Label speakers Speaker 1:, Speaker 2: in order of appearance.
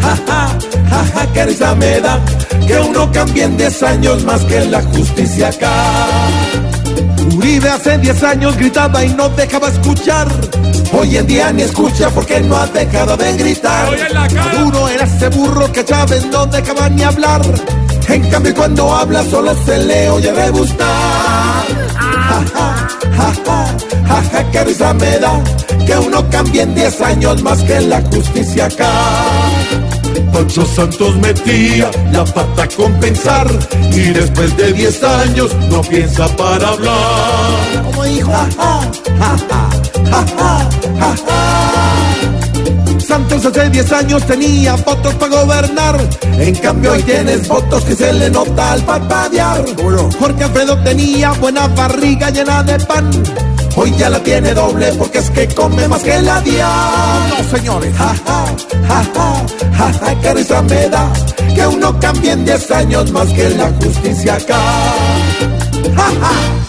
Speaker 1: Jaja, que risa me da que uno cambie en 10 años más que la justicia acá. Uribe hace 10 años gritaba y no dejaba escuchar. Hoy en día ni escucha porque no ha dejado de gritar.
Speaker 2: Oye, la cara.
Speaker 1: Maduro era ese burro que Chávez no dejaba ni hablar. En cambio cuando habla solo se le oye rebustar. Jaja, jaja, jaja, que risa me da que uno cambie en 10 años más que la justicia acá. Pancho Santos metía la pata a compensar y después de 10 años no piensa para hablar. Como dijo, ja, ja, ja, ja, ja, ja, ja. Santos hace 10 años tenía votos para gobernar. En cambio hoy tienes votos que se le nota al parpadear. Jorge Alfredo tenía buena barriga llena de pan. Hoy ya la tiene doble porque es que come más que la diabla. No, señores. Ja, ja, ja, ja, ja, ja, qué risa me da que uno cambie en 10 años más que la justicia acá. Ja, ja.